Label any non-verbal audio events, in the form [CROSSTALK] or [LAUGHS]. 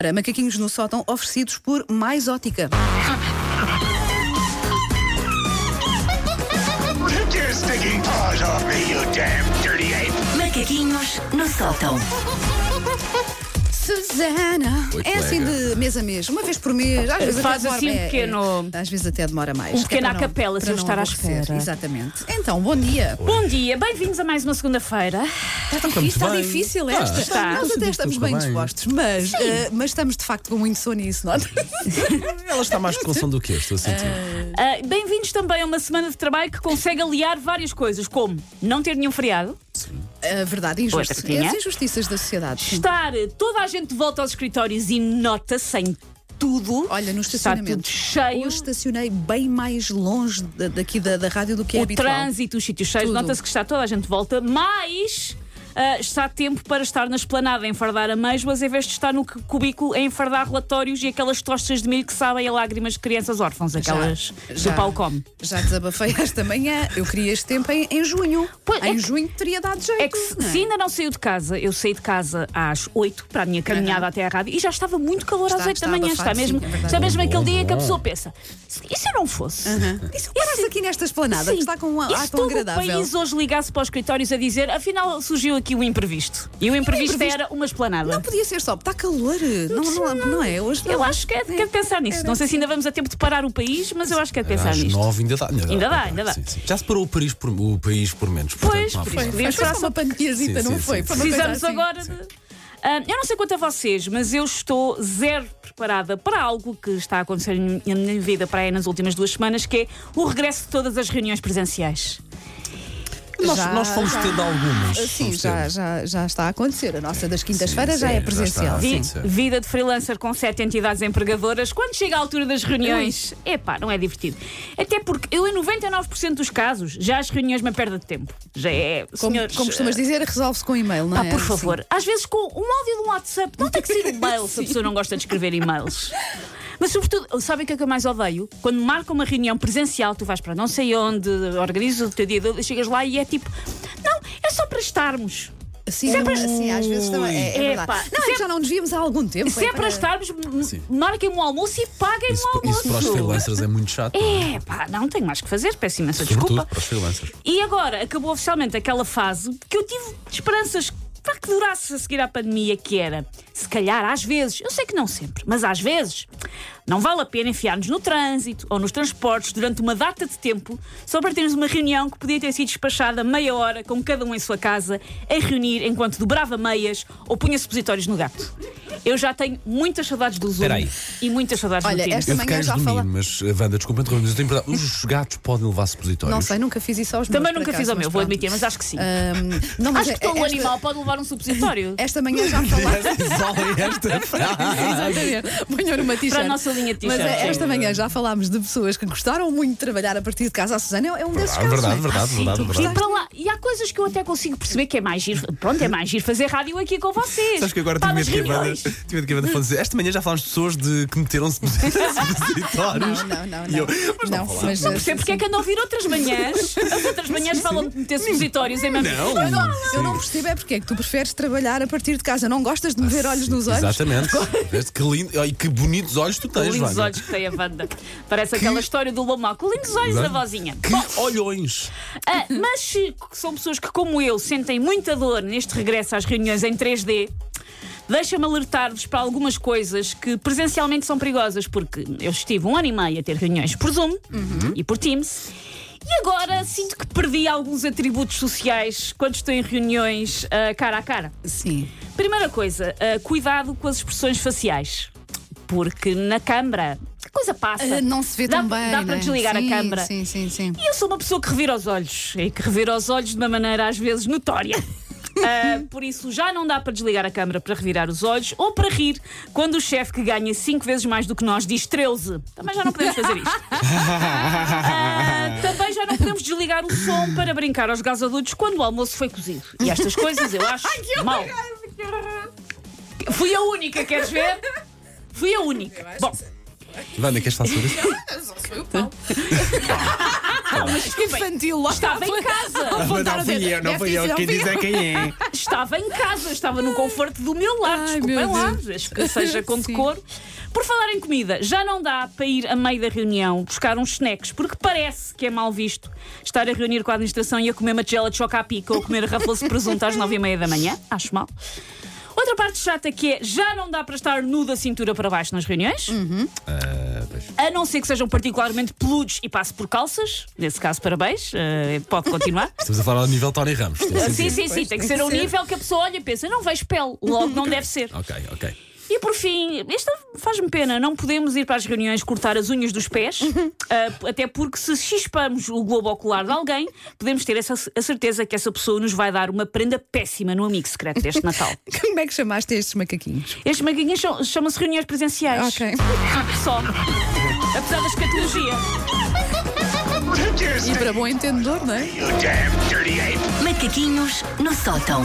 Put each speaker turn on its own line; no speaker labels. Para macaquinhos no sótão oferecidos por Mais Ótica.
Take your stinking paws off me, you damn dirty ape!
Macaquinhos no sótão.
Susana!
Oi,
é assim de mês a mês, uma vez por mês, às vezes
Faz
até
assim
demora,
um pequeno-
Às vezes até demora mais.
Um
que é
pequeno
para não-
à capela, se
para
eu
não
estar à
aborrecer.
espera.
Exatamente. Então, bom dia.
Bom dia, bem-vindos a mais uma segunda-feira.
Então Está difícil esta.
está.
Nós até estamos
Tudo
bem
bem.
dispostos, mas, eh, mas estamos de facto com muito sono e isso é nota.
Ela está mais coração do que eu, estou a sentir.
Ah, bem-vindos também a uma semana de trabalho que consegue aliar várias coisas, como não ter nenhum feriado,
[LAUGHS] A verdade, injusti
Outra tinha.
as injustiças da sociedade. sim.
estar eh, toda a gente de volta aos escritórios e nota-se em tudo.
Olha, no
está tudo
estacionamento.
cheio.
Hoje estacionei bem mais longe da- daqui da, da rádio do que é
o
habitual.
trânsito, os sítios cheios,
Tudo.
nota-se que está toda a gente de volta, mas ah, está tempo para estar na esplanada a enfardar amêijoas em vez de estar no cu- cubículo a enfardar relatórios e aquelas tostas de milho que sabem a lágrimas de crianças órfãos, aquelas do pau come.
Já desabafei [LAUGHS] esta manhã. Eu queria este tempo em, em junho.
Pois, é
em
que-
junho teria dado jeito.
É que se,
não é?
se ainda não saiu de casa, eu saí de casa às 8 para a minha caminhada até à rádio e já estava muito calor
Está-
às 8
está
da manhã.
abafado,
Está mesmo,
sim, é verdade.
está mesmo
Bom,
aquele dia
bom,
que a
bom.
pessoa pensa: "Se- e se eu não fosse?
Isso
É
parece aqui nesta esplanada, que está com um
e
ar
se
tão
todo o
agradável.
país hoje ligasse para os escritórios a dizer afinal surgiu aqui o imprevisto. E o imprevisto,
imprevisto-
era uma esplanada.
Não podia ser só, está calor. Não, não, não, é? Hoje não.
eu acho que é de, que é de pensar nisso. Não sei se ainda
assim.
vamos a tempo de parar o país, mas eu acho que é de pensar
Às
nisto.
nove ainda dá.
Ainda dá, ainda dá.
Sim, sim. Já se parou o país por, o país por menos. portanto,
Pois,
não há
por
problema.
isso.
Foi só uma panqueazita,
Sim,
não
sim,
foi?
sim,
Foi
sim.
uma coisa
Precisamos
assim.
agora de. Ah, eu não sei quanto a vocês, mas eu estou zero preparada para algo que está a acontecer em- na minha vida para aí nas últimas duas semanas, que é o regresso de todas as reuniões presenciais.
Nós,
Já-
nós fomos
já-
tendo algumas.
Ah, Sim,
fomos
já,
tendo.
já, já está a acontecer. A nossa das quintas-feiras
Sim,
já é
sim, já está.
presencial.
Sim.
Vi-
certo.
vida de freelancer com sete entidades empregadoras, quando chega a altura das reuniões, epá, não é divertido. Até porque eu, em 99% dos casos, já as reuniões me perdem de tempo. Já é.
Como,
senhores,
como costumas dizer, resolve-se com e-mail, não
Pá,
é?
Ah, por
Sim.
favor, às vezes com um áudio de um WhatsApp, não tem que ser e-mail se a pessoa não gosta de escrever e-mails. Mas, sobretudo, sabem o que é que eu mais odeio? Quando marca uma reunião presencial, tu vais para não sei onde, organizas o teu dia, de- chegas lá e é tipo, não, é só para estarmos.
Sim,
Sempre-
sim, às vezes também. É, é
Epá,
verdade. Não, é que já não nos víamos há algum tempo.
Se é para estarmos, m-
Sim.
marquem-me um almoço e paguem-me
Isso,
um almoço.
isso para os freelancers é muito chato.
É, pá, não tenho mais que fazer, peço imensa
Sobretudo
desculpa.
para os freelancers.
E agora acabou oficialmente aquela fase que eu tive esperanças para que durasse a seguir à pandemia, que era, se calhar, às vezes, eu sei que não sempre, mas às vezes, não vale a pena enfiar-nos no trânsito ou nos transportes durante uma data de tempo só para termos uma reunião que podia ter sido despachada meia hora com cada um em sua casa a reunir enquanto dobrava meias ou punha supositórios no gato. Eu já tenho muitas saudades do Zoom
Espera aí.
e muitas saudades
Olha,
do Teams.
esta
Eu
Também
fiquei a
eu já
dormir,
fala-
mas, eh, Wanda, desculpa interromper, mas eu tenho verdade. Os gatos podem levar supositórios.
Não
[LAUGHS]
sei, nunca fiz isso aos meus.
Também
por
nunca
acaso,
fiz ao
mas
meu, vou
pronto.
admitir, mas acho que sim.
Ahm, não, mas é
acho que todo o
esta-
animal pode levar um supositório.
Esta manhã
[LAUGHS]
já falaste.
Isolem esta frase.
Exatamente. Ponham numa t-shirt.
Para a nossa linha de
Mas
t-shirt,
eh,
sim.
esta manhã já falámos de pessoas que gostaram muito de trabalhar a partir de casa. A Susana é é um desses
Ah,
casos. não
Verdade,
é?
verdade, verdade,
E,
verdade.
para lá, e há coisas que eu até consigo perceber que é mais giro. Pronto, é mais giro fazer rádio aqui com vocês.
Sabes que agora
Pá,
tive
nas
medo que a Wanda-
reuniões.
tive medo que a Wanda falasse. Esta manhã já falámos de pessoas de, que meteram-se [LAUGHS] nos supositórios.
Não, não, não.
E eu,
Não, não, mas, eh,
Percebo porque é que ando a ouvir outras manhãs. As outras manhãs falam de meter supositórios é em mami.
Não,
eu não, eu
sim. Ah,
não percebo é porque é que tu preferes trabalhar a partir de casa. Não gostas de me ver olhos
Sim,
nos olhos?
Exatamente. Veste que lindo. E que bonitos olhos tu tens,
Lindos
Wanda.
olhos que tem a Wanda. Parece aquela história do Lomal. Com lindos olhos da
Exato.
vozinha.
Que olhões.
Ah, mas se são pessoas que, como eu, sentem muita dor neste regresso às reuniões em 3D. Deixa-me alertar-vos para algumas coisas que presencialmente são perigosas, porque eu estive um ano e meio a ter reuniões por Zoom e por Teams. E agora sinto que perdi alguns atributos sociais quando estou em reuniões ah, cara a cara.
Sim.
Primeira coisa, ah, cuidado com as expressões faciais. Porque na câmara a coisa passa.
Eh, não se vê
Ah, dá,
tão bem.
Dá para
não é?
desligar
Sim,
a câmara.
Sim, sim, sim.
E eu sou uma pessoa que revira os olhos e que revira os olhos de uma maneira às vezes notória. Ah, por isso já não dá para desligar a câmara para revirar os olhos ou para rir quando o chefe que ganha 5 vezes mais do que nós diz 13. Também já não podemos fazer isto. Ah, também já não podemos desligar o som para brincar aos gasodutos quando o almoço foi cozido. E estas coisas eu acho mal. Fui a única, queres ver? Fui a única. Bom,
Wanda, queres falar sobre isso?
Infantil, lá
estava em casa.
Apontar o dedo. Deve ter sido ao vivo.
quem é.
estava em casa, estava no conforto do meu lar,
Ai,
desculpem
meu
lá,
Deus.
desde que seja com
[LAUGHS] Sim.
decoro. Por falar em comida, já não dá para ir a meio da reunião buscar uns snacks, porque parece que é mal visto estar a reunir com a administração e a comer uma tigela de choco à pica ou comer rafalas de presunto às nove e meia da manhã. Acho mal. Outra parte chata que é já não dá para estar nu da cintura para baixo nas reuniões,
Uhum.
Ah, pois.
a não ser que sejam particularmente peludos e passe por calças. Nesse caso, parabéns, eh, pode continuar.
Estamos a falar ao nível Tony Ramos. estou a
Sim, sim,
sentir.
sim,
Pois,
tem
tem
que ser
que
a um
ser.
nível que a pessoa olha e pensa, não vejo pele, logo não deve [LAUGHS] ser.
Ok, ok.
E por fim, esta faz-me pena, não podemos ir para as reuniões cortar as unhas dos pés, ah, até porque se chispamos o globo ocular de alguém, podemos ter essa, a certeza que essa pessoa nos vai dar uma prenda péssima no amigo secreto [LAUGHS] deste Natal.
Como é que chamaste estes macaquinhos?
Estes maguinhos são- chamam-se reuniões presenciais.
Ok.
Só. Apesar da escatologia.
Take your
E
stinking
para bom entendedor, não é?
you damn dirty ape!
Macaquinhos no sótão.